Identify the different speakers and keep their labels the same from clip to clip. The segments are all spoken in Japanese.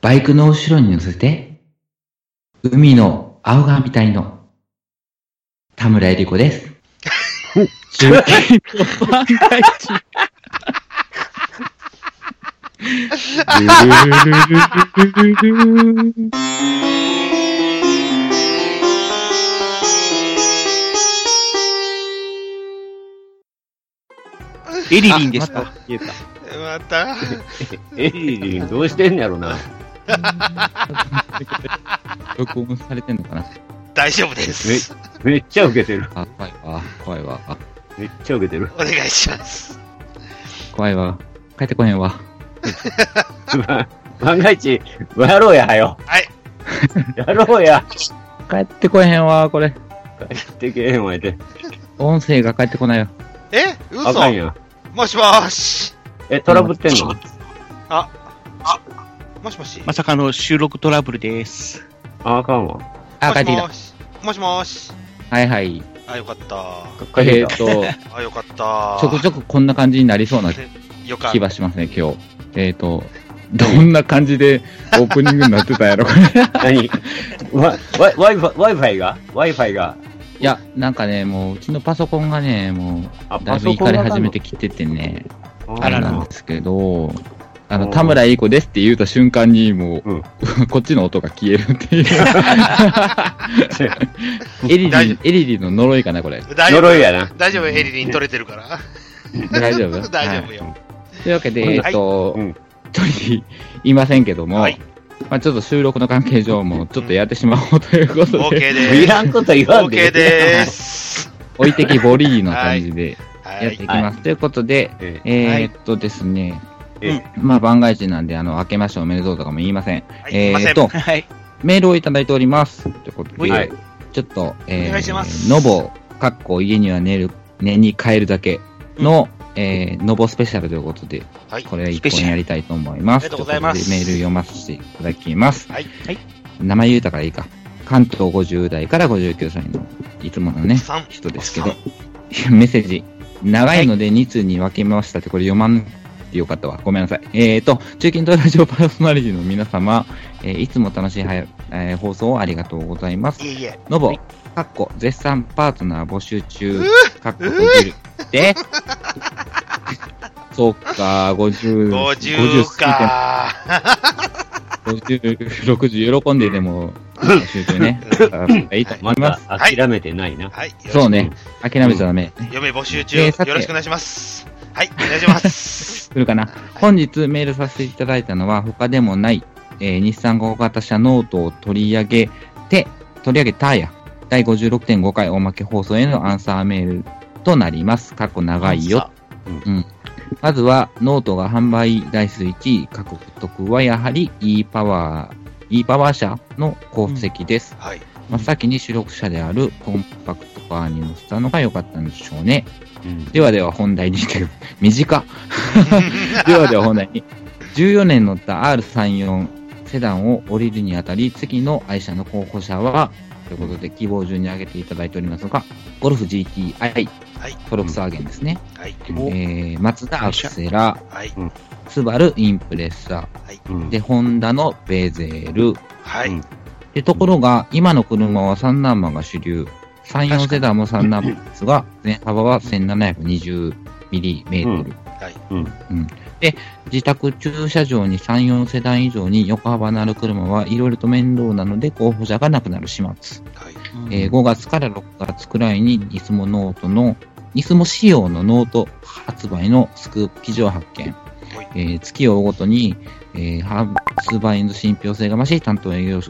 Speaker 1: バイクの後ろに乗せて、海の青がみたいの、田村えり子です。中継
Speaker 2: 万が一。エリリンでした。言えた
Speaker 3: また、
Speaker 4: エリリンどうしてんやろな。
Speaker 1: 録音されてんのかな
Speaker 3: 大丈夫です。
Speaker 4: めっちゃ受けてる。
Speaker 1: あ、 怖いわ。怖いわ。あ
Speaker 4: めっちゃ受けてる。
Speaker 3: お願いします。
Speaker 1: 怖いわ。帰ってこへんわ。
Speaker 4: 万が一、やろうやはよ。
Speaker 3: はい。
Speaker 4: やろうや。
Speaker 1: 帰ってこへんわ、これ。
Speaker 4: 帰ってけえへんわ、て。
Speaker 1: 音声が帰ってこないよ。
Speaker 3: え嘘
Speaker 4: あかんや。
Speaker 3: もしもーし。
Speaker 4: え、トラブってんの
Speaker 3: もしもし。
Speaker 2: まさかの収録トラブルです。
Speaker 4: あ、あかんわ。
Speaker 1: あ、帰ってき
Speaker 3: も
Speaker 1: た。
Speaker 3: しもし。もしもし。
Speaker 1: はいはい。
Speaker 3: あ、よかった。
Speaker 4: 帰って
Speaker 1: え
Speaker 4: き
Speaker 1: ー
Speaker 4: た
Speaker 1: っと、
Speaker 3: あ、よかった。
Speaker 1: ちょくちょくこんな感じになりそうな
Speaker 3: よかっ
Speaker 1: 気はしますね、今日。えーっと、どんな感じでオープニングになってたんやろ、これ。
Speaker 4: 何 わ、わ、ワイファイ、ワイファイがワイファイが。
Speaker 1: いや、なんかね、もう、うちのパソコンがね、も
Speaker 4: あ
Speaker 1: う、だいぶ怒り始めてきててね、
Speaker 4: あ
Speaker 1: あ
Speaker 4: ら
Speaker 1: れ
Speaker 2: ら
Speaker 1: なん
Speaker 4: ら。
Speaker 1: ですけど、あ
Speaker 4: う
Speaker 1: の、
Speaker 4: ん
Speaker 1: 田村いい子ですって言うた瞬間に、もう、 こっちの音が消えるっていう。エリ
Speaker 3: 大丈
Speaker 1: リン、エリリンの呪いかな、これ。
Speaker 3: た。大丈夫
Speaker 4: 呪いやな。
Speaker 3: 大丈夫、エリリン取れてるから。
Speaker 1: 大丈夫
Speaker 3: 大丈夫よ。
Speaker 1: というわけで、
Speaker 4: はい
Speaker 1: えっと
Speaker 4: うん、
Speaker 1: 一人いませんけども、
Speaker 3: はい
Speaker 1: まあちょっと収録の関係上も、ちょっとやってしまおうということで、
Speaker 3: OK
Speaker 4: い
Speaker 3: でー
Speaker 4: らんこと言
Speaker 3: す。
Speaker 4: わんで。
Speaker 3: OK でーす。
Speaker 1: 置いてきぼりーの感じで
Speaker 3: は
Speaker 1: やっていき
Speaker 3: い。
Speaker 1: ます。ということで、
Speaker 4: え
Speaker 1: えーっとですね、
Speaker 4: え
Speaker 1: まあ万が一なんで、あの、明けましておめでとうとかも言いません。
Speaker 3: はい
Speaker 1: え
Speaker 3: すいませ
Speaker 1: ー
Speaker 3: ん
Speaker 1: っと、
Speaker 2: はい。
Speaker 1: メールをいただいております。ということで、
Speaker 4: はい
Speaker 1: ちょっと、え
Speaker 3: お願いします
Speaker 1: のぼ、かっこ家には寝る、寝に帰るだけの、えー、のぼスペシャルということで、
Speaker 3: はい。
Speaker 1: これは
Speaker 2: スペ
Speaker 1: 一
Speaker 2: シャ
Speaker 1: 本
Speaker 2: ル
Speaker 1: やりたいと思います。
Speaker 3: ありがとうございま
Speaker 1: と
Speaker 3: す
Speaker 1: いうことでメール読ませていただきます。
Speaker 3: はい
Speaker 2: はい
Speaker 1: 名前言うたからいいか。関東50代から59歳の、いつものね、
Speaker 3: 三
Speaker 1: 人ですけど、 メッセージ。長いので2通に分けましたって、これ読まんでよかったわ。ごめんなさい。えーと、中近東ラジオパーソナリティの皆様、えーいつも楽しいはや、えー放送をありがとうございます。
Speaker 3: いえいえ。
Speaker 1: のぼ、かっこ、絶賛パートナー募集中、かっこ閉じる。で、 そうか、50、
Speaker 3: 50か
Speaker 1: 50、60、喜んででも、募集中 ね。あいいと思
Speaker 4: ま
Speaker 1: いま
Speaker 4: だ
Speaker 1: す。
Speaker 4: 諦めてないな。
Speaker 3: はい。よろしく
Speaker 1: そう。ね、諦めちゃダメ。
Speaker 3: 嫁募集中。
Speaker 1: え
Speaker 3: よ
Speaker 1: ーさて
Speaker 3: ろしくお願いします。はい。お願い します。
Speaker 1: するかな。本日メールさせていただいたのは他でもない、えー日産5型車ノートを取り上げて、取り上げたや、第56.5回大負け放送へのアンサーメールとなります。過去長いよ。うん。まずは、ノートが販売台数1位獲得はやはり e パワー、e パワー社の功績です。
Speaker 3: はい。
Speaker 1: 真っ先に主力車であるコンパクトカーに乗せたのが良かったんでしょうね。ではでは本題に行って、短 っではでは本題に。14年乗った R34 セダンを降りるにあたり、次の愛車の候補者は、ということで、希望順に挙げていただいておりますが、ゴルフ GTI、
Speaker 3: はい
Speaker 1: フォルクスワーゲンですね、
Speaker 3: はい。
Speaker 2: お
Speaker 1: えー、マツダアクセラ、
Speaker 3: はい。
Speaker 1: スバルインプレッサ
Speaker 4: うん
Speaker 1: ー、で、ホンダのベーゼル。
Speaker 3: はい。
Speaker 4: うん
Speaker 1: で、ところが、今の車は三ナンバーが主流、34セダンも三ナンバーですが、前幅は1720ミリメートル。
Speaker 3: はい。
Speaker 4: うん。
Speaker 1: 自宅駐車場に3、4世代以上に横幅のある車はいろいろと面倒なので候補者がなくなる始末。
Speaker 3: はい。
Speaker 1: えー5月から6月くらいに出雲ノートの、出雲仕様のノート発売のスクープ記事を発見。
Speaker 3: はい
Speaker 1: えー月を追うごとに、えー発売の信憑性が増し担当営業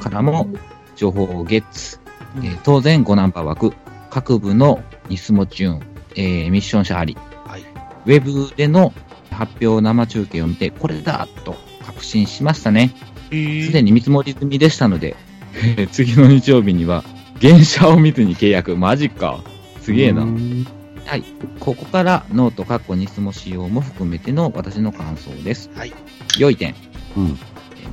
Speaker 1: からも情報をゲッツ。えー当然5ナンバー枠、各部のニスモチューン、えーミッション車あり、
Speaker 3: はい
Speaker 1: ウェブでの発表生中継を見て、これだと確信しましたね。すでに見積もり済みでしたので、 えー次の日曜日には、原車を見ずに契約。マジか。すげえな。ここからノートかっこニスモ仕様も含めての私の感想です。
Speaker 3: はい。
Speaker 1: 良い点。
Speaker 4: うん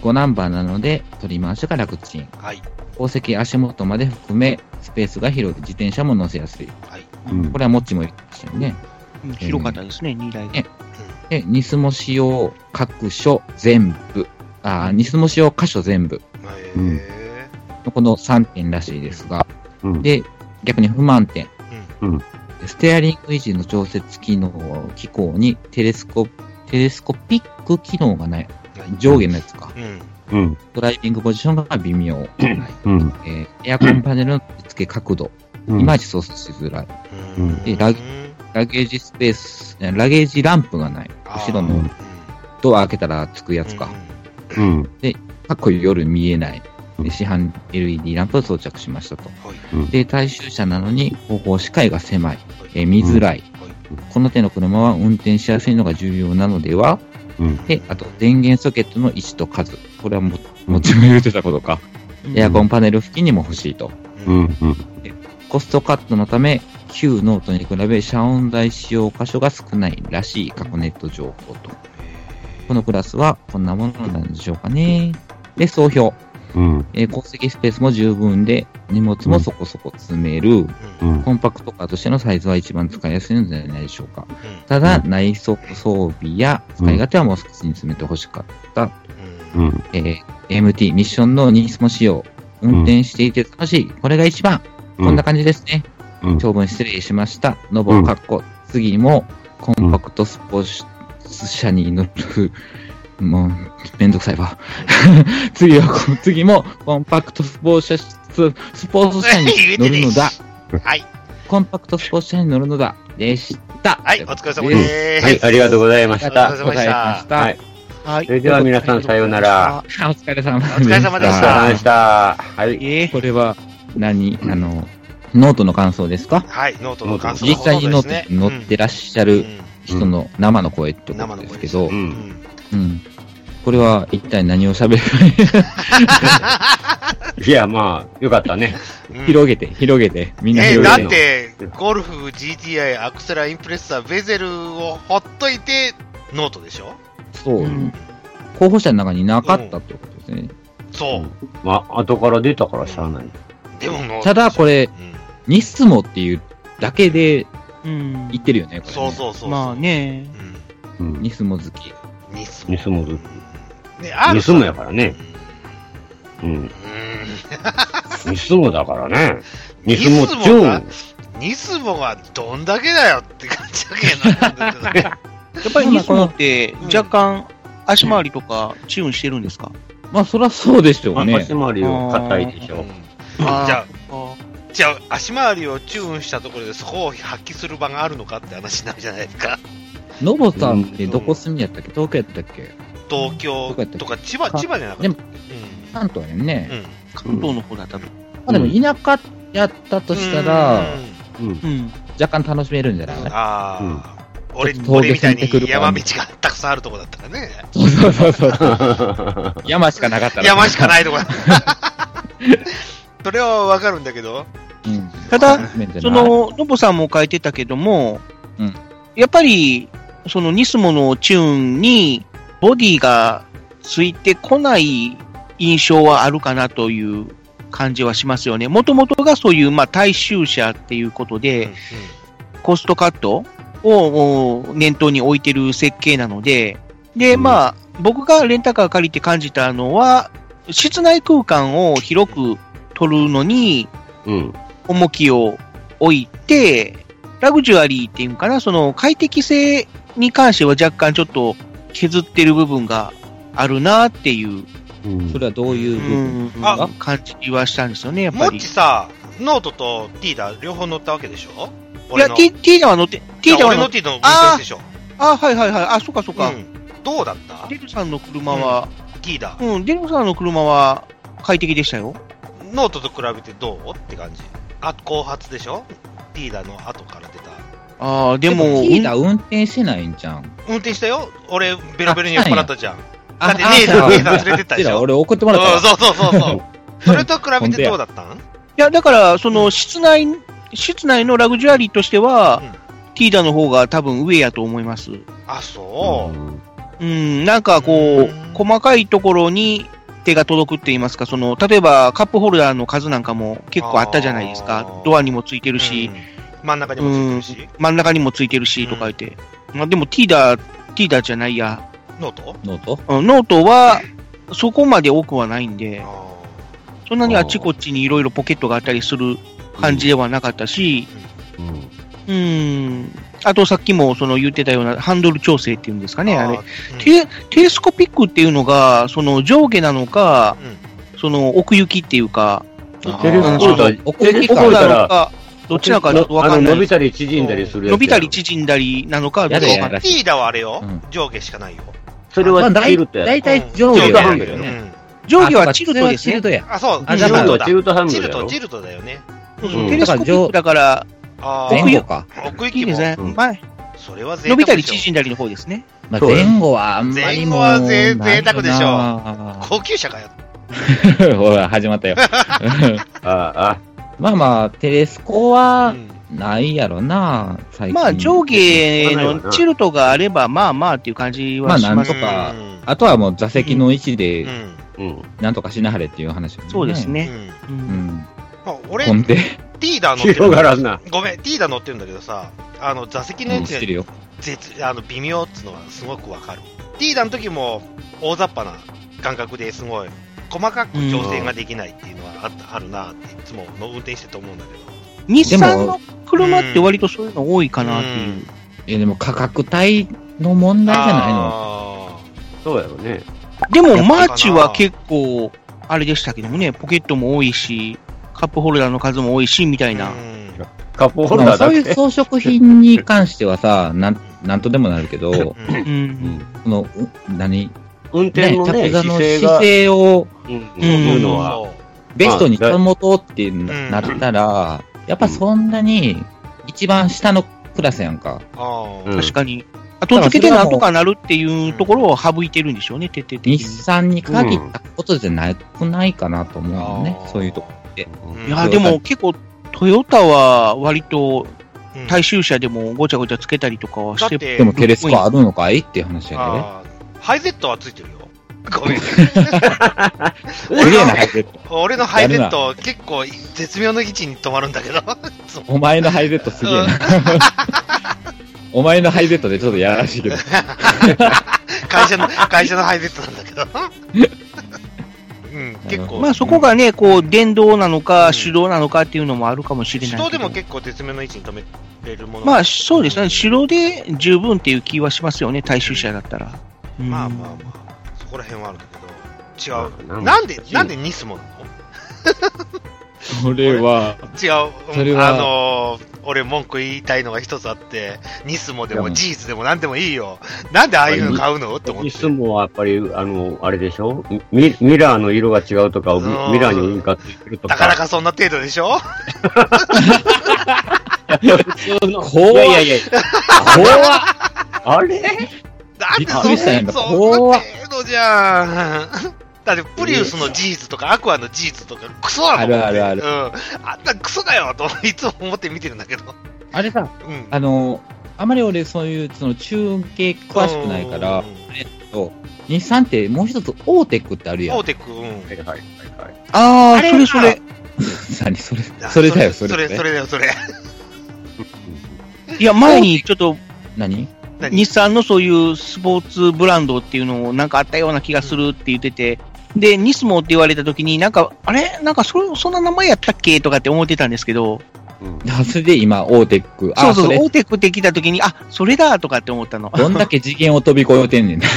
Speaker 1: 5ナンバーなので取り回しが楽ちん。
Speaker 3: はい。
Speaker 1: 宝石足元まで含め、スペースが広い自転車も乗せやすい。
Speaker 3: はい。
Speaker 4: うん
Speaker 1: これはもっちも言ってましたよね。
Speaker 2: うん広かったですね、2台が
Speaker 1: え。で、ニスモ仕様各所全部。あーニスモ使用箇所全部
Speaker 3: え
Speaker 4: うん
Speaker 3: え
Speaker 1: のこの3点らしいですが、
Speaker 4: うん。
Speaker 1: で、逆に不満点。
Speaker 4: うん
Speaker 1: ステアリング維持の調節機能、機構にテレスコ、テレスコピック機能がない。
Speaker 3: はい
Speaker 1: 上下のやつか。
Speaker 3: うん。
Speaker 4: うん。
Speaker 1: ドライビングポジションが微妙。
Speaker 4: うん。
Speaker 1: えーエアコンパネルの取り付け角度。
Speaker 4: うん
Speaker 1: いまいち操作しづらい。
Speaker 3: うん
Speaker 1: でラグラゲージスペース、えラゲージランプがない。後ろ
Speaker 4: う
Speaker 1: の
Speaker 4: ん
Speaker 1: ドア開けたらつくやつか。。
Speaker 4: うん。
Speaker 1: かっこいい夜見えない。
Speaker 4: う
Speaker 1: で
Speaker 4: ん
Speaker 1: 市販 LED ランプを装着しましたと。
Speaker 3: はい。
Speaker 1: で、大衆車なのに後方視界が狭い。えー見づらい。
Speaker 3: はい
Speaker 1: この手の車は運転しやすいのが重要なのでは
Speaker 4: うん。
Speaker 1: で、あと電源ソケットの位置と数。これはも、もちろん言うてたことか。エアコンパネル付近にも欲しいと。
Speaker 4: う
Speaker 3: うん
Speaker 4: ん。うん。
Speaker 1: コストカットのため、旧ノートに比べ遮音材使用箇所が少ないらしい過去ネット情報と。このクラスはこんなものなんでしょうかね。で、総評。
Speaker 4: うん。
Speaker 1: えー、鉱石スペースも十分で、荷物もそこそこ積める。
Speaker 3: うん。
Speaker 1: コンパクトカーとしてのサイズは一番使いやすいのではないでしょうか。
Speaker 3: うん
Speaker 1: ただ、
Speaker 4: う
Speaker 1: 内装装備や使い勝手はもう少しに詰めてほしかった。
Speaker 4: う
Speaker 3: うん
Speaker 4: ん。
Speaker 1: えー MT、ミッションのニースモ仕様。運転していて楽しい。これが一番。こんな感じですね。
Speaker 4: うん。
Speaker 1: 長文失礼しました。ノ
Speaker 4: う
Speaker 1: ボ
Speaker 4: ん
Speaker 1: かっこ。次も、コンパクトスポーツ車に乗る。もう、めんどくさいわ。 次はこ、次も、コンパクトスポーツ車、ススポーツ車に乗るのだ。
Speaker 3: はい。
Speaker 1: コンパクトスポーツ車に乗るのだ。でした。
Speaker 3: はい、お疲れ様
Speaker 1: です。
Speaker 3: でーす。
Speaker 4: はい、ありがとうございまし
Speaker 3: あり
Speaker 4: た
Speaker 3: が。とうございました
Speaker 1: は
Speaker 4: はいい。
Speaker 2: はい
Speaker 4: それでは皆さんさようなら。
Speaker 1: あお疲れ様でした。
Speaker 3: お疲れ様で
Speaker 4: お
Speaker 3: し
Speaker 4: 疲れ様でした。はい。
Speaker 2: ええ
Speaker 1: これは何、あの、ノートの感想ですか
Speaker 3: はい、ノートの感想
Speaker 1: 実際にノ
Speaker 3: の
Speaker 1: ートに乗ってらっしゃ
Speaker 3: う
Speaker 1: る
Speaker 3: ん
Speaker 1: 人の生の声ってこと
Speaker 3: 生の
Speaker 1: です
Speaker 3: 声
Speaker 1: けど、
Speaker 3: う
Speaker 1: うん
Speaker 4: うん
Speaker 3: ん。
Speaker 1: これは一体何を喋る
Speaker 4: いや、まあ、よかったね。
Speaker 3: うん
Speaker 1: 広げて、広げて、みんな
Speaker 3: え
Speaker 1: 広
Speaker 3: だ
Speaker 1: げて。
Speaker 3: って、ゴルフ、GTI、アクセラ、インプレッサー、ベゼルをほっといて、ノートでしょ
Speaker 1: そう、
Speaker 2: うん
Speaker 1: 候補者の中になかったってことですね。
Speaker 3: そう。
Speaker 4: まあ、後から出たからしゃあない。
Speaker 3: でもノートでしょ
Speaker 1: ただこれ、
Speaker 3: うん
Speaker 1: ニスモっていうだけで
Speaker 2: うん
Speaker 1: 言ってるよね、これ、ね。
Speaker 3: そうそうそう。
Speaker 2: まあ。ね
Speaker 3: う。ん。
Speaker 4: うん。
Speaker 1: ニスモ好き。
Speaker 3: ニス
Speaker 4: ニスモズ。
Speaker 3: ね、あ
Speaker 4: ニ
Speaker 3: る
Speaker 4: スモやからね。うん。
Speaker 3: う
Speaker 4: ニスモだからね。
Speaker 3: ん
Speaker 4: ニスモチ
Speaker 3: ニスモが
Speaker 4: ュ
Speaker 3: ニスモがどんだけだよって感じだけどな。
Speaker 2: やっぱりニスモって
Speaker 3: うん
Speaker 2: 若干足回りとかチューンしてるんですか
Speaker 1: まあ、そらそうでしょう
Speaker 4: ーン。
Speaker 1: ね
Speaker 4: 足。回りを硬いでし
Speaker 3: う
Speaker 4: ょ。
Speaker 3: ん
Speaker 2: じ
Speaker 3: じゃあ
Speaker 2: あ
Speaker 3: じゃあ、足回りをチューンしたところでそこを発揮する場があるのかって話になるじゃないですか。
Speaker 1: ノボさんってどこ住みやったっけ東京やったっけ
Speaker 3: 東京とか千葉、
Speaker 1: か
Speaker 3: 千葉じゃなかった。
Speaker 1: でも
Speaker 3: う
Speaker 1: 関東やんね
Speaker 3: ん。う。ん。
Speaker 2: 関東の方だったら。
Speaker 1: まあでも田舎やったとしたら、
Speaker 3: うん
Speaker 4: うん。
Speaker 2: うん。
Speaker 1: 若干楽しめるんじゃない、
Speaker 3: ああ、俺
Speaker 1: ちょっと峠
Speaker 3: 俺みたい
Speaker 1: 攻めてくる
Speaker 3: に
Speaker 1: から
Speaker 3: 山道がたくさんあるとこだったらね。
Speaker 1: そうそうそうそう。山しかなかったら。
Speaker 3: 山しか
Speaker 1: い。
Speaker 3: ないとこだそれはわかるんだけど。
Speaker 1: うん、
Speaker 2: た
Speaker 1: 楽
Speaker 2: だ、
Speaker 1: しめんじゃない
Speaker 2: そ、の、ノボさんも書いてたけども
Speaker 1: うん、
Speaker 2: やっぱり、そのニスモのチューンにボディがついてこない印象はあるかなという感じはしますよね。もともとがそういう、まあ、大衆車っていうことで、
Speaker 3: うん
Speaker 2: コストカットをお念頭に置いてる設計なので、で、
Speaker 4: うん
Speaker 2: まあ、僕がレンタカー借りて感じたのは、室内空間を広く取るのに
Speaker 4: うん。
Speaker 2: 重きを置いて、ラグジュアリーっていうのかな、その快適性に関しては若干ちょっと削ってる部分があるなっていう、
Speaker 4: うん
Speaker 1: それはどういう部分、
Speaker 2: うん
Speaker 3: あ
Speaker 2: 感じはしたんですよね、やっ
Speaker 3: も
Speaker 2: ぱ
Speaker 3: っ
Speaker 2: り。
Speaker 3: ちさ、ノートとティーダ両方乗ったわけでしょ
Speaker 2: いや、ティティーダは乗って、ティーダは
Speaker 3: 俺
Speaker 2: 乗っ
Speaker 3: の
Speaker 2: て、
Speaker 3: ティーダの運転手でしょ
Speaker 2: あ、はいはいはい、あ、そうかそう
Speaker 3: う
Speaker 2: か。
Speaker 3: ん。どうだった
Speaker 2: デルさんの車は、
Speaker 3: ティーダ
Speaker 2: うん、デルさんの車は快適でしたよ。
Speaker 3: ノートと比べてどうって感じ。あ、後発でしょティーダの後から出た。
Speaker 2: ああ、でも、
Speaker 1: リーダー運転してないんじゃん。
Speaker 3: 運転したよ俺、ベロベロに酔っ払ったじゃん。だ
Speaker 1: あ
Speaker 3: って姉さ
Speaker 1: あ
Speaker 3: ん、姉さん連れてったで
Speaker 1: リー
Speaker 3: し
Speaker 1: ダー
Speaker 3: ょ
Speaker 1: 俺送ってもらった
Speaker 3: うん
Speaker 1: わ。
Speaker 3: そうそうそうそう。それと比べてどうだったん
Speaker 2: いや、だから、その、室内、室内のラグジュアリーとしては、ティーダの方が多分上やと思います。
Speaker 3: あ、そう。
Speaker 2: うん、なんかこう、
Speaker 3: うん
Speaker 2: 細かいところに手が届くって言いますか、その、例えばカップホルダーの数なんかも結構あったじゃないです
Speaker 3: あ
Speaker 2: か
Speaker 3: ー。
Speaker 2: ドアにもついてるし
Speaker 3: う、ん真ん中にもついてるし。
Speaker 2: 真ん中にもついてるし、とか言って。まあでも、ティーダ、ティーダじゃないや。
Speaker 3: ノート
Speaker 1: ノート
Speaker 2: うんノートは、そこまで多くはないんで、
Speaker 3: あ
Speaker 2: そんなにあっちこっちにいろいろポケットがあったりする感じではなかったし、
Speaker 4: うん。
Speaker 2: うーん、あとさっきもその言ってたようなハンドル調整っていうんですか
Speaker 3: ー
Speaker 2: ね、あ
Speaker 3: ー
Speaker 2: れ。テテレスコピックっていうのが、その上下なのか、
Speaker 3: うんうん
Speaker 2: その奥行きっていうか、
Speaker 3: あー
Speaker 4: テレスコーダー
Speaker 1: 奥行き
Speaker 2: 奥
Speaker 1: か
Speaker 2: な
Speaker 4: 奥
Speaker 2: の
Speaker 4: だから
Speaker 2: か、どっちなのかちょっとわかん
Speaker 4: あの
Speaker 2: な
Speaker 4: 伸び
Speaker 2: い。
Speaker 4: たり縮んだりするやつ。
Speaker 2: 伸びたり縮んだりなのか、ど
Speaker 1: や
Speaker 2: っち
Speaker 1: だ
Speaker 2: かわ
Speaker 1: やだ
Speaker 2: かんない。
Speaker 3: ティーダはあれよ、
Speaker 1: うん
Speaker 3: 上下しかないよ。
Speaker 4: それ
Speaker 1: まあ
Speaker 4: は
Speaker 1: だ
Speaker 4: チルトや
Speaker 1: 大。体
Speaker 3: うん
Speaker 1: 上下
Speaker 4: 上下
Speaker 1: だ
Speaker 4: 半分
Speaker 1: よ
Speaker 4: だ
Speaker 1: ね。
Speaker 3: ね。
Speaker 2: 上下はチルトです
Speaker 1: チル
Speaker 2: ね。
Speaker 1: トや。
Speaker 3: あ、そう、
Speaker 1: あ
Speaker 4: チ
Speaker 1: だ
Speaker 4: ル
Speaker 1: から
Speaker 4: トはチルトハン
Speaker 3: チ
Speaker 4: グ
Speaker 3: ル
Speaker 4: ルや
Speaker 3: ト、
Speaker 4: ろ。
Speaker 3: チルトだよね。
Speaker 4: うん
Speaker 2: テレスコピックだから、
Speaker 3: あ
Speaker 1: 前
Speaker 2: 奥行
Speaker 1: 後
Speaker 3: あ、
Speaker 1: か。
Speaker 3: 奥行
Speaker 2: い
Speaker 3: き
Speaker 2: いです
Speaker 3: も。
Speaker 2: ね。
Speaker 4: うん
Speaker 2: 前
Speaker 3: それは贅
Speaker 2: 伸
Speaker 3: 沢で
Speaker 2: び
Speaker 3: しょ
Speaker 2: たり縮んだりの方ですね。
Speaker 1: まあ、
Speaker 4: そう
Speaker 1: 前後はあんまりもう。
Speaker 3: 前後はぜ贅沢でしょ
Speaker 1: ょ。
Speaker 3: 高級車かよ。
Speaker 1: ほら、始まったよ。
Speaker 4: ああ、
Speaker 1: まあまあ、テレスコ
Speaker 3: う
Speaker 1: は
Speaker 3: ん
Speaker 1: ないやろな、最近。
Speaker 2: まあ、上下のチルトがあれば、まあまあっていう感じはし
Speaker 1: ま
Speaker 2: ま
Speaker 1: あ
Speaker 2: す
Speaker 1: と
Speaker 2: ね。
Speaker 1: か
Speaker 3: うん
Speaker 1: あとはもう座席の位置
Speaker 3: うん
Speaker 1: で、
Speaker 4: うん。
Speaker 1: なんとかしなはれっていう話、ね。
Speaker 2: そうです。
Speaker 3: う
Speaker 2: ね。
Speaker 3: ん
Speaker 2: う
Speaker 1: うんん。
Speaker 3: まあ俺、
Speaker 1: ほんで、
Speaker 3: ティーダー乗って
Speaker 4: 広
Speaker 3: る
Speaker 4: がらんな。
Speaker 3: ごめん、ティーダー乗ってるんだけどさ、あの座席のや
Speaker 1: うん
Speaker 3: つ
Speaker 1: して
Speaker 3: が
Speaker 1: るよ。
Speaker 3: 絶あの微妙っつのはすごくわかる。ティーダーの時も大雑把な感覚ですごい、細かく調整ができないっていうのはあったあるなって、いつもの運転してて思うんだけど。
Speaker 2: 日産の車って割とそういうの多いかなっていう。
Speaker 1: いや、でも価格帯の問題じゃないの。
Speaker 3: あ
Speaker 4: そうやろね。
Speaker 2: でも、マーチは結構、あれでしたけどもね、ポケットも多いし、カップホルダーの数も多いし、みたい
Speaker 3: ー
Speaker 2: な。
Speaker 3: うん
Speaker 4: カップホル
Speaker 1: ま
Speaker 4: ダ
Speaker 1: あそ
Speaker 4: ーだ
Speaker 1: う
Speaker 4: け
Speaker 1: いう装飾品に関してはさ、なん、なんとでもなるけど、
Speaker 3: うん
Speaker 2: う。
Speaker 4: うんん
Speaker 1: その、う何
Speaker 4: 運転の
Speaker 1: 着
Speaker 4: ね、
Speaker 1: 座の
Speaker 4: 姿勢
Speaker 1: 姿
Speaker 4: が、
Speaker 1: 勢を
Speaker 4: うん、そう
Speaker 2: うん
Speaker 4: いうのは、
Speaker 3: そ
Speaker 1: ベストに保とうってなったら、やっぱそんなに一番下のクラスやんか。
Speaker 3: うあー
Speaker 4: うん
Speaker 2: 確かに。後付けでなんとかなるっていうところを省いてるんでしょうね、徹底的
Speaker 1: 日
Speaker 2: に。
Speaker 1: 産に限ったことじゃなくないかなと思うのね
Speaker 3: あ、ー
Speaker 1: そういうとこ。
Speaker 3: うん
Speaker 2: いや、でも結構、トヨタは割と
Speaker 3: うん
Speaker 2: 大衆車でもごちゃごちゃつけたりとかは
Speaker 3: だっ、
Speaker 2: してて、
Speaker 1: でもテレスコあるのかいっていう話や
Speaker 3: あーハイゼットはついてるよ。ごめん。
Speaker 1: けど。すげえな、ハイゼット。
Speaker 3: 俺のハイゼット結構絶妙な位置に止まるんだけど。そう
Speaker 1: お前のハイゼットすげえな。 お前のハイゼットでちょっとやらしいけど。
Speaker 3: 会社の、 会社のハイゼットなんだけど。うん、結構。
Speaker 2: まあそこがね、こう、電動なの
Speaker 3: う
Speaker 2: か
Speaker 3: ん
Speaker 2: 手動なのかっていうのもあるかもしれ
Speaker 3: 手
Speaker 2: ない
Speaker 3: 動
Speaker 2: け
Speaker 3: で
Speaker 2: ど
Speaker 3: も。結構絶妙な位置に止めれるもの。
Speaker 2: まあそうですね、手動で十分っていう気はしますよね、大衆車だったら。うん
Speaker 3: まあまあまあ、そこら辺はあるけど。違
Speaker 4: まあ
Speaker 3: う。なんで
Speaker 4: 難し、い
Speaker 3: なんでニスモなの
Speaker 1: それは、
Speaker 3: 違う。
Speaker 1: それは
Speaker 3: あのー俺文句言いたいのが一つあって、ニスモで
Speaker 1: いやも
Speaker 3: も
Speaker 1: う
Speaker 3: ジーズでもなんでもいいよ。なんでああいうの買うのって思っ
Speaker 4: い
Speaker 3: て。
Speaker 4: つもはやっぱり、あの、あれでしょミミラーの色が違うとか、
Speaker 3: うん
Speaker 4: ミミラーにウインカーついてるとか。
Speaker 3: なかなかそんな程度でしょ
Speaker 4: いや普通の。
Speaker 1: 怖い
Speaker 4: いやいやいや。怖っあれ
Speaker 3: なんでそ
Speaker 1: びっくりしたよ今
Speaker 3: そん
Speaker 1: 怖
Speaker 3: な
Speaker 1: っ
Speaker 3: 程度じゃん。だって、プリウスのジーズとか、アクアのジーズとか、クソだと思って。
Speaker 1: あるある
Speaker 3: うん。あんなクソかよと、いつも思って見てるんだけど。
Speaker 1: あれさ、
Speaker 3: うん。
Speaker 1: あの、あまり俺そういう、その中継詳しくないから
Speaker 3: う、ん
Speaker 1: 日産ってもう一つオーテックってあるやん
Speaker 3: オー。テック、うん
Speaker 4: はいはいはい。
Speaker 2: あ
Speaker 1: あ
Speaker 2: あ、
Speaker 1: れ
Speaker 2: それそれ。
Speaker 1: 何それ、それだよ、それ。
Speaker 3: それ、それだよ、それ。
Speaker 2: いや、前にちょっと
Speaker 1: 何
Speaker 3: 何
Speaker 2: 日産のそういうスポーツブランドっていうのをなんかあったような気がするって言ってて、で、ニスモって言われた時になんか、あれなんかそれ、そんな名前やったっけとかって思ってたんですけど、
Speaker 4: うん
Speaker 1: あそれで今、オーテック。
Speaker 2: そ
Speaker 1: あ、
Speaker 2: うそう
Speaker 1: そ
Speaker 2: そう、
Speaker 1: れ
Speaker 2: 大、手食ってきた時に、あ、それだとかって思ったの。
Speaker 1: どんだけ次元を飛び越えてんねんな。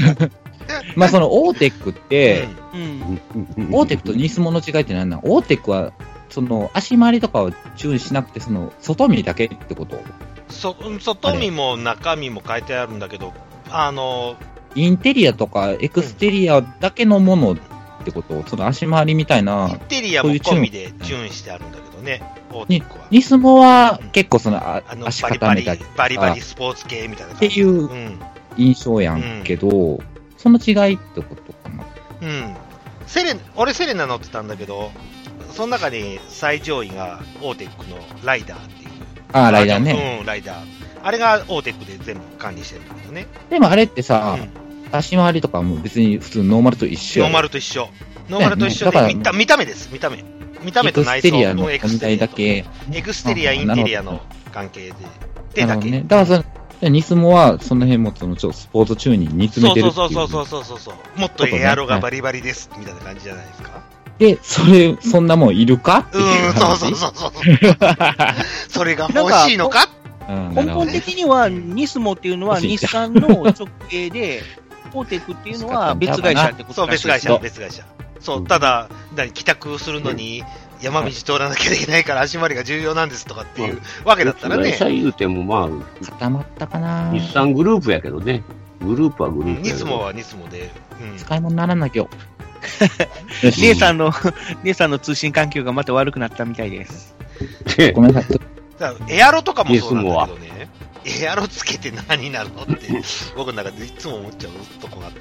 Speaker 1: まあ、そのオーテックって、
Speaker 2: うん。
Speaker 4: うん
Speaker 1: オーテックとニスモの違いって何なのオーテックは、その、足回りとかを注意しなくて、その、外見だけってこと
Speaker 3: そ外見も中身も書いてあるんだけど、あの、
Speaker 1: インテリアとかエクステリアだけのものってことその足回りみたい
Speaker 3: イン
Speaker 1: な。
Speaker 3: テリアも込みでチューンしてあるんだけどね、オーテックは。
Speaker 1: ニスモは結構その、あ
Speaker 3: あの、
Speaker 1: 足
Speaker 3: バリバ
Speaker 1: 固め
Speaker 3: リ
Speaker 1: たりと、
Speaker 3: バリバ
Speaker 1: か
Speaker 3: リ、スポーツ系みたいな
Speaker 1: っ
Speaker 3: 感
Speaker 1: て
Speaker 3: じ。。
Speaker 1: いううん印象やんけど、その違いってことかな。
Speaker 3: うん、セレ俺、セレナ乗ってたんだけど、その中に最上位がオーテックのライダーっていう。
Speaker 1: ああ、ライダーね。。
Speaker 3: うん、ライダー。あれがオーテックで全部管理してるんだけどね。
Speaker 1: でもあれって
Speaker 3: う
Speaker 1: さ、
Speaker 3: ん
Speaker 1: 足回りとかも別に普通ノーマルと一緒
Speaker 3: ノ
Speaker 1: や
Speaker 3: ー
Speaker 1: ん
Speaker 3: マルと一緒。ノーマルと一緒
Speaker 1: だから
Speaker 3: で、見た見た目です、見た目。見た目
Speaker 1: エ
Speaker 3: と
Speaker 1: ク
Speaker 3: 内
Speaker 1: ステ
Speaker 3: 装
Speaker 1: リアの
Speaker 3: うんエク
Speaker 1: 問
Speaker 3: ステ
Speaker 1: 題
Speaker 3: リア
Speaker 1: だ
Speaker 3: と
Speaker 1: け。
Speaker 3: エクステリア、
Speaker 1: あー
Speaker 3: インテリア
Speaker 1: なる
Speaker 3: の関係で。
Speaker 1: なるほど
Speaker 3: でだけ。
Speaker 1: ね。だからその、でニスモはその辺もそのちょっとスポーツチューンに煮詰
Speaker 3: そ
Speaker 1: め
Speaker 3: う
Speaker 1: てる
Speaker 3: そ
Speaker 1: っ
Speaker 3: う
Speaker 1: てい
Speaker 3: そううそうそうそうそう。もっとええ野郎がバリバリです、みたいな感じじゃないですか。
Speaker 1: で、それ、そんなもんいるか って
Speaker 3: う
Speaker 1: い
Speaker 3: ーん、そうそう
Speaker 1: う
Speaker 3: そうそう。それが欲しいのか
Speaker 1: 話。根
Speaker 2: 根本的には、ニスモっていうのは
Speaker 1: 欲しい
Speaker 2: 日産の直営で、オーテックっていうのは別会社ってこと
Speaker 3: そう、
Speaker 2: ら
Speaker 3: 別
Speaker 2: しいで
Speaker 3: 会
Speaker 2: す
Speaker 3: 社、別会社。そうう、
Speaker 4: ん
Speaker 3: ただ、何、帰宅するのに山道通らなきゃいけないから足回りが重要なんですとかっていうわけだったら
Speaker 4: 会
Speaker 3: ね、
Speaker 4: 社言うても、ま
Speaker 1: 固まったか
Speaker 4: あ、
Speaker 1: な
Speaker 4: 日産グループやけどね。グループはグループ
Speaker 3: ニ
Speaker 4: やけ
Speaker 3: ス
Speaker 4: ど。
Speaker 3: モはニスモで、うん。
Speaker 1: 使い物にならなきゃ。
Speaker 2: 姉さんの、 姉さんの通信環境がまた悪くなったみたいです。
Speaker 4: って
Speaker 1: ごめんなさい。
Speaker 3: だからエアロとかもそうなんだけどね、エアロつけて何になるのって、僕の中でいつも思っちゃうとこがあって。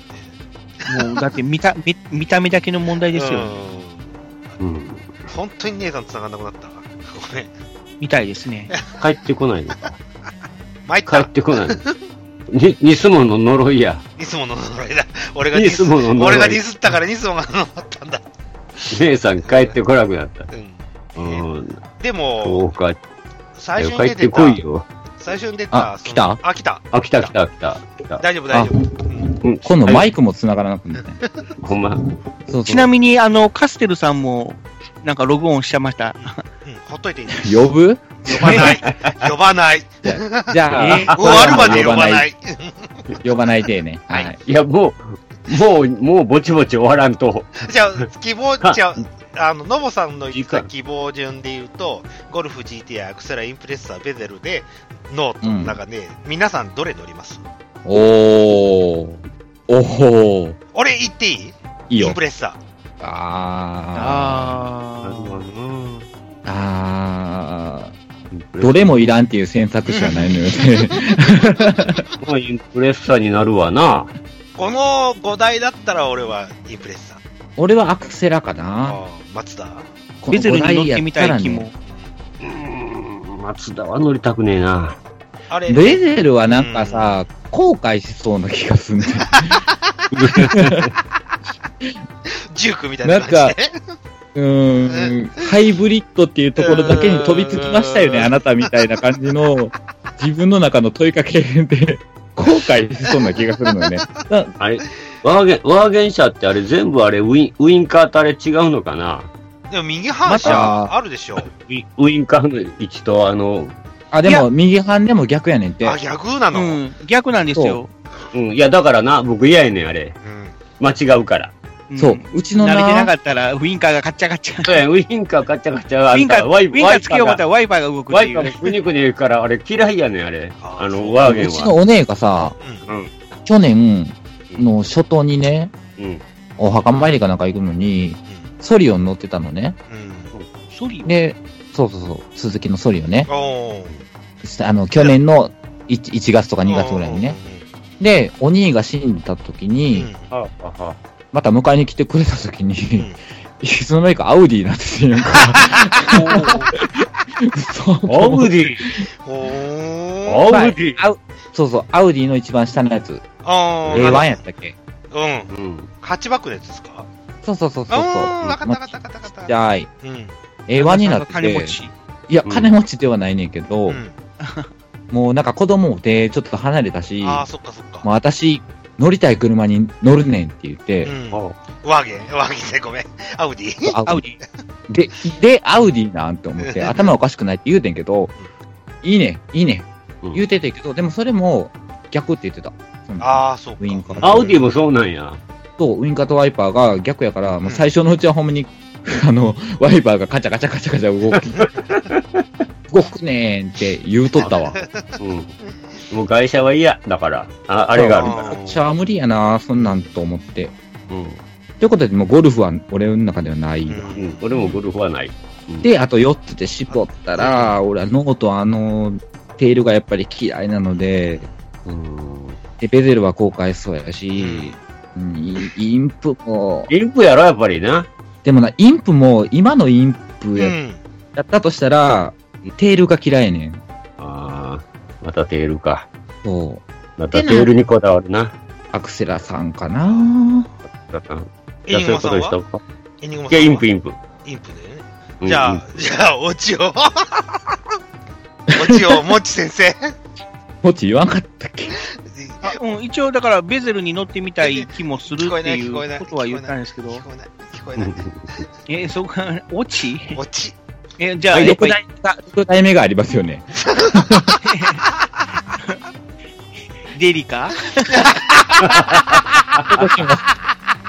Speaker 2: もう、だって見た、見見た目だけの問題ですよ。
Speaker 3: う
Speaker 4: うんん。
Speaker 3: 本当に姉さん繋がんなくなった。ごめん。
Speaker 2: みたいですね。
Speaker 4: 帰ってこないのか。
Speaker 3: 参っ。
Speaker 4: 帰ったてこないのか。に、ニスモの呪いや。
Speaker 3: ニスモの呪いだ。俺が
Speaker 4: ニ
Speaker 3: ニス
Speaker 4: スモの呪
Speaker 3: 俺が
Speaker 4: い
Speaker 3: ディ。スったからニスモが呪ったんだ。
Speaker 4: 姉さん帰ってこなくなった。
Speaker 3: う。
Speaker 4: うんん。
Speaker 3: で
Speaker 4: ど
Speaker 3: も
Speaker 4: う、か。
Speaker 3: 最初に
Speaker 4: 帰
Speaker 3: 出
Speaker 4: ってて
Speaker 3: た
Speaker 4: こ、いよ。
Speaker 3: 最初に出た、
Speaker 1: あ
Speaker 3: その
Speaker 1: 来た
Speaker 3: あ、来た。
Speaker 4: あ、来た来た来た。来た。
Speaker 3: 大丈夫、大丈夫。うん
Speaker 4: うん、
Speaker 1: 今度マイクも繋がらなくなったね。
Speaker 4: ほんま。
Speaker 1: そう
Speaker 2: ちな
Speaker 1: み
Speaker 2: みに、あの、カステルさんも、なんかログオンしてました。
Speaker 3: うんほっといていい。
Speaker 1: に。呼ぶ
Speaker 3: 呼ばない。呼ばない。
Speaker 1: じゃあ、。
Speaker 3: 終わるまで呼ばないい。
Speaker 1: 呼ばないでね。は。
Speaker 3: はい
Speaker 4: いや、もう、もう、もうぼちぼち終わらんと。
Speaker 3: じゃあ、希望、じゃあ、あの、ノボさんの言っ
Speaker 4: いい
Speaker 3: た
Speaker 4: か
Speaker 3: 希望順で言うと、ゴルフ GTR、アクセラ、インプレッサー、ベゼルで、ノートの中で、皆さんどれ乗ります
Speaker 1: おー。おー。
Speaker 3: 俺言っていい
Speaker 1: いい
Speaker 3: イ
Speaker 1: よ
Speaker 3: ンプ。レッサ
Speaker 1: あ
Speaker 2: あ
Speaker 1: ー。あー。どれもいらんっていう選択肢はないのよね。
Speaker 4: まあインプレッサーになるわな。
Speaker 3: ー。この5台だったら俺はインプレッサー。
Speaker 1: 俺はアクセラかな。
Speaker 3: あー松田。
Speaker 1: この
Speaker 2: ベゼルに乗っ
Speaker 1: 五台や
Speaker 2: てみた
Speaker 1: ら
Speaker 2: い
Speaker 1: ね
Speaker 2: 気も。
Speaker 4: うーん、松田は乗りたくねえな。
Speaker 3: あれ、
Speaker 1: ベゼルはなんかさ、後悔しそうな気が するんだよ
Speaker 3: ジュークみたいな感じで。
Speaker 1: うーん、ハイブリッドっていうところだけに飛びつきましたよね、
Speaker 3: うーん
Speaker 1: あなたみたいな感じの、自分の中の問いかけで、後悔しそうな気がするのよね。 だ
Speaker 4: あれ、ワーゲン、ワーゲン車ってあれ全部あれウィン、ウィンカーとあれ違うのかな
Speaker 3: でも右反射あるでしょ。
Speaker 4: ウィンウィンカーの位置とあの、
Speaker 1: あ、で
Speaker 2: いや
Speaker 1: も、右半でも逆やねんて。
Speaker 3: あ、逆な
Speaker 2: う
Speaker 3: の、うん、
Speaker 2: ん、逆なんですよ。
Speaker 4: うん、いやだからな、僕嫌やねんあれ。間違うから。
Speaker 2: ん
Speaker 1: そう、うちの
Speaker 2: 慣れてなか
Speaker 1: な、
Speaker 2: ったら、ウィンカーがカッチャカチ ャ。
Speaker 4: そうや ウィンカーガチャガチャ、
Speaker 2: ウ
Speaker 4: あ
Speaker 2: ィン
Speaker 4: ん
Speaker 2: カ
Speaker 4: た
Speaker 2: ー、ウ
Speaker 4: ワイ
Speaker 2: ィンカーつけよう思
Speaker 4: ワ
Speaker 2: った
Speaker 4: イパー
Speaker 2: ら
Speaker 4: が
Speaker 2: ワイパーが動くっ
Speaker 4: ワ
Speaker 2: てい
Speaker 4: イパーが
Speaker 2: う。
Speaker 4: くにゅくにゅ言うから、あれ嫌いやねんあれ。あの、ワーゲン
Speaker 1: うちの
Speaker 4: は。
Speaker 1: お姉がさ、
Speaker 3: うん。
Speaker 4: うん、
Speaker 1: 去年の初頭にね、
Speaker 4: うん。
Speaker 1: お墓参りかなんか行くのに、ソリオン乗ってたのね。
Speaker 3: うん。
Speaker 2: ソリ
Speaker 1: で、そうそうそう、鈴木のソリオンね。
Speaker 3: おー。
Speaker 1: あの、去年の 1, 1月とか2月ぐらいにね。で、お兄が死んだ時
Speaker 3: うん。
Speaker 1: に、
Speaker 3: うん
Speaker 4: はあ、はあ。
Speaker 1: また迎えに来てくれた時に、
Speaker 3: ん
Speaker 1: いつの間にかアウディなんですよ。 そう
Speaker 4: アウディ
Speaker 3: おー。
Speaker 4: アウディ
Speaker 1: アウそうそう、アウディの一番下のやつ。
Speaker 3: あー。
Speaker 1: A1 やったっけ
Speaker 3: うん。
Speaker 4: うん。
Speaker 3: ハッチバックのやつですか
Speaker 1: そうそうそうそうそう。
Speaker 3: あー、わかったわ
Speaker 1: ま
Speaker 3: かったわかったわかっ
Speaker 1: じ
Speaker 3: た。
Speaker 1: ゃあい。
Speaker 3: うん。
Speaker 1: A1 になって
Speaker 2: 金持
Speaker 1: て、
Speaker 2: ち。
Speaker 1: いや、
Speaker 4: うん
Speaker 1: 金持ちではないねんけど、
Speaker 3: うん。
Speaker 1: もうなんか子供でちょっと離れたし、
Speaker 3: あー、
Speaker 1: も
Speaker 3: そっかそっ
Speaker 1: う
Speaker 3: か。
Speaker 1: 私、乗りたい車に乗るねんって言って
Speaker 3: う、ん。
Speaker 4: あ
Speaker 3: ワーゲン、ワーゲンでごめん。アウディ。
Speaker 1: アウ
Speaker 2: アウディ。
Speaker 1: で、で、アウディなんて思って、頭おかしくないって言うてんけど、いいね、いいね
Speaker 4: う、ん
Speaker 1: 言うててんけど、でもそれも逆って言ってた。うん
Speaker 3: あー、そっか。
Speaker 1: ウィンカー
Speaker 4: アウディもそうなんや。
Speaker 1: とウインカーとワイパーが逆やから、もううん最初のうちはほんまに、 あの、ワイパーがカチャカチャカチャカチャ動く。動くねーんって言うとったわ。
Speaker 4: うん。もう会社は嫌だから。あ、あれがあるから。
Speaker 3: ー
Speaker 1: シャー無理やなそんなんと思って。
Speaker 4: うん。
Speaker 1: ということで、もうゴルフは俺の中ではない。
Speaker 3: うん
Speaker 4: うん。俺もゴルフはない。
Speaker 1: で、あと4つで絞ったら、俺はノートあの、テールがやっぱり嫌いなので、
Speaker 4: うん。
Speaker 1: で、ベゼルは後悔しそうや
Speaker 3: う
Speaker 1: し
Speaker 3: ん、
Speaker 1: うん、イインプも、
Speaker 4: インプやろ、やっぱりな。
Speaker 1: でもな、インプも、今のインプ
Speaker 3: う
Speaker 1: や,、
Speaker 3: ん。
Speaker 1: やったとしたら、テールが嫌いやねん。
Speaker 4: ああ、またテールか。
Speaker 1: そう。
Speaker 4: またテールにこだわるな。
Speaker 1: アクセラさんかな
Speaker 4: だから
Speaker 3: エニグマさん
Speaker 4: いやそうい
Speaker 3: は
Speaker 4: うことにし
Speaker 3: エニグマ
Speaker 4: とこういや、
Speaker 3: さんは
Speaker 4: インプ、。インプ。
Speaker 3: インプだよね。
Speaker 4: うん
Speaker 3: じ ゃあ、じゃあ、おちを。おちを、もち先生。
Speaker 1: ポチ言わんかったっけ
Speaker 3: あ
Speaker 2: うん、一応だからベゼルに乗ってみたい気もする
Speaker 3: 聞こ
Speaker 2: っ
Speaker 3: えな
Speaker 2: て
Speaker 3: い
Speaker 2: いう
Speaker 3: 聞こえない
Speaker 2: ことは言ったんですけど
Speaker 3: 聞、こえない、聞こえない。
Speaker 2: え、そこが落ち
Speaker 3: こっち。
Speaker 2: え、じゃあ、やっぱ
Speaker 1: 6
Speaker 2: り
Speaker 1: 代6代目がありますよ ね。
Speaker 2: デリカ
Speaker 1: 今年も、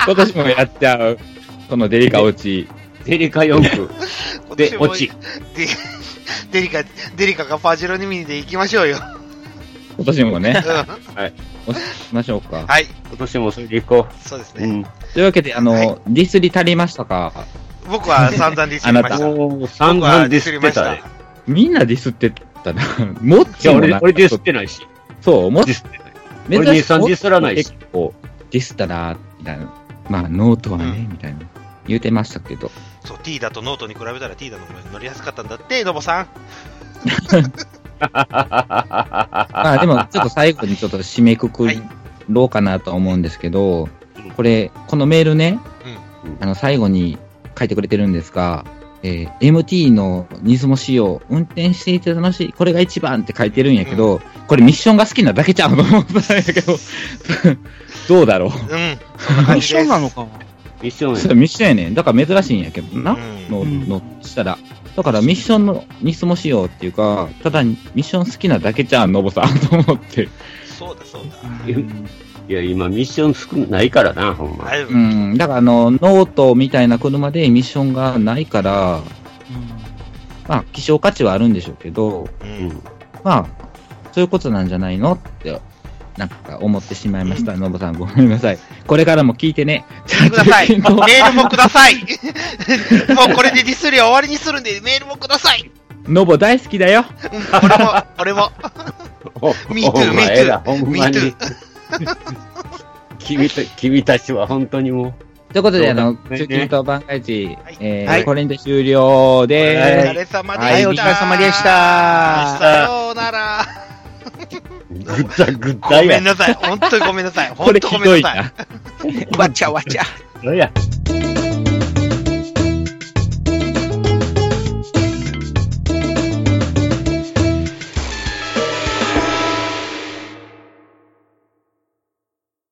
Speaker 1: 今年もやっちゃう。そのデリカ落ち。
Speaker 4: デリカ4区で落ち。
Speaker 3: で、デリカ、デリカがパジェロニミニで行きましょう よ。
Speaker 1: 今年もね、
Speaker 3: うん
Speaker 1: おししましょうか。
Speaker 3: はい、
Speaker 4: 今年もそれでいこ
Speaker 3: そうです
Speaker 4: う。う
Speaker 3: ね。
Speaker 4: ん。
Speaker 1: というわけで、あの、
Speaker 3: はい
Speaker 1: ディスり足りましたか
Speaker 3: 僕は散々ディスりま
Speaker 1: あな
Speaker 3: した。
Speaker 1: た
Speaker 4: もう散
Speaker 3: 僕
Speaker 4: 々デ
Speaker 3: はデ
Speaker 4: ィ
Speaker 3: ィ
Speaker 4: ス
Speaker 3: ス
Speaker 4: っ
Speaker 3: り
Speaker 4: て
Speaker 3: ました
Speaker 4: ね
Speaker 3: た。。
Speaker 1: みんなディスってたな。もっ
Speaker 4: い
Speaker 1: ち
Speaker 4: や、
Speaker 1: も
Speaker 4: 俺
Speaker 1: な、
Speaker 4: 俺ディスってないし。
Speaker 1: そう、もっ
Speaker 4: ディスってない。
Speaker 1: 珍
Speaker 4: 俺
Speaker 1: しい
Speaker 4: 兄さんディスらないし。
Speaker 1: 結構、ディスったな、みたいな。まあ、ノートはね、みたいな。言うてましたけど。
Speaker 3: そう、ティーダとノートに比べたらティーダの方が乗りやすかったんだって、ノボさん。
Speaker 1: まあ、でも、ちょっと最後にちょっと締めくくろうかなとは思うんですけど、
Speaker 4: うん
Speaker 1: これ、このメールね、
Speaker 4: うん
Speaker 1: あの、最後に書いてくれてるんですが、えー MT のニズモ仕様、運転していて楽しい、これが一番って書いてるんやけど、これミッションが好きなだけちゃうのなんやけど、どうだろう。
Speaker 3: うん。
Speaker 2: あ一緒なのかも。
Speaker 4: ミッション
Speaker 1: それ
Speaker 4: や
Speaker 1: ミッションやねん。だから珍しいんやけどな。
Speaker 3: うん
Speaker 1: の、
Speaker 2: うん
Speaker 1: の、したら。だからミッションのニスモ仕様っていうか、ただミッション好きなだけじゃん、ノボさんと思って。
Speaker 3: そうだそうだ。
Speaker 2: うん
Speaker 4: いや、今ミッション少ないからな、ほんま
Speaker 3: は。い。
Speaker 1: うん。だからあの、ノートみたいな車でミッションがないから、まあ、希少価値はあるんでしょうけど、
Speaker 3: う。
Speaker 4: うん ん。
Speaker 1: まあ、そういうことなんじゃないのって、なんか思ってしまいました。ノボさん、ごめんなさい。これからも聞いてね。
Speaker 3: ください。メールもください。 もうこれでディスりは終わりにするんで、メールもください。
Speaker 1: ノボ大好きだよ。
Speaker 3: うん俺も、俺も。Me too,
Speaker 4: おお前ら
Speaker 3: me
Speaker 4: ほ
Speaker 3: too,
Speaker 4: んま
Speaker 3: me
Speaker 4: に
Speaker 3: too。
Speaker 4: 君た君たちは本当にもう。
Speaker 1: ということで、あの、
Speaker 4: そうだね
Speaker 1: 中近東挽回地、
Speaker 3: はい
Speaker 1: えー
Speaker 2: はい
Speaker 1: これにて終了で
Speaker 4: は
Speaker 1: ー
Speaker 4: い
Speaker 1: す。
Speaker 3: お疲れ様でした。
Speaker 2: はい、お疲れ様でし。た。
Speaker 3: さようなら。
Speaker 4: ぐったぐっ
Speaker 3: ご
Speaker 4: た
Speaker 3: め
Speaker 4: や
Speaker 3: ん。なさい。本当にごめんなさい。
Speaker 1: こ
Speaker 3: 本
Speaker 1: れ
Speaker 3: 当
Speaker 1: ひ
Speaker 3: ごめ
Speaker 1: ど
Speaker 3: ん
Speaker 1: い
Speaker 3: なさい。
Speaker 1: な。
Speaker 2: わちゃわちゃ。
Speaker 4: どうや。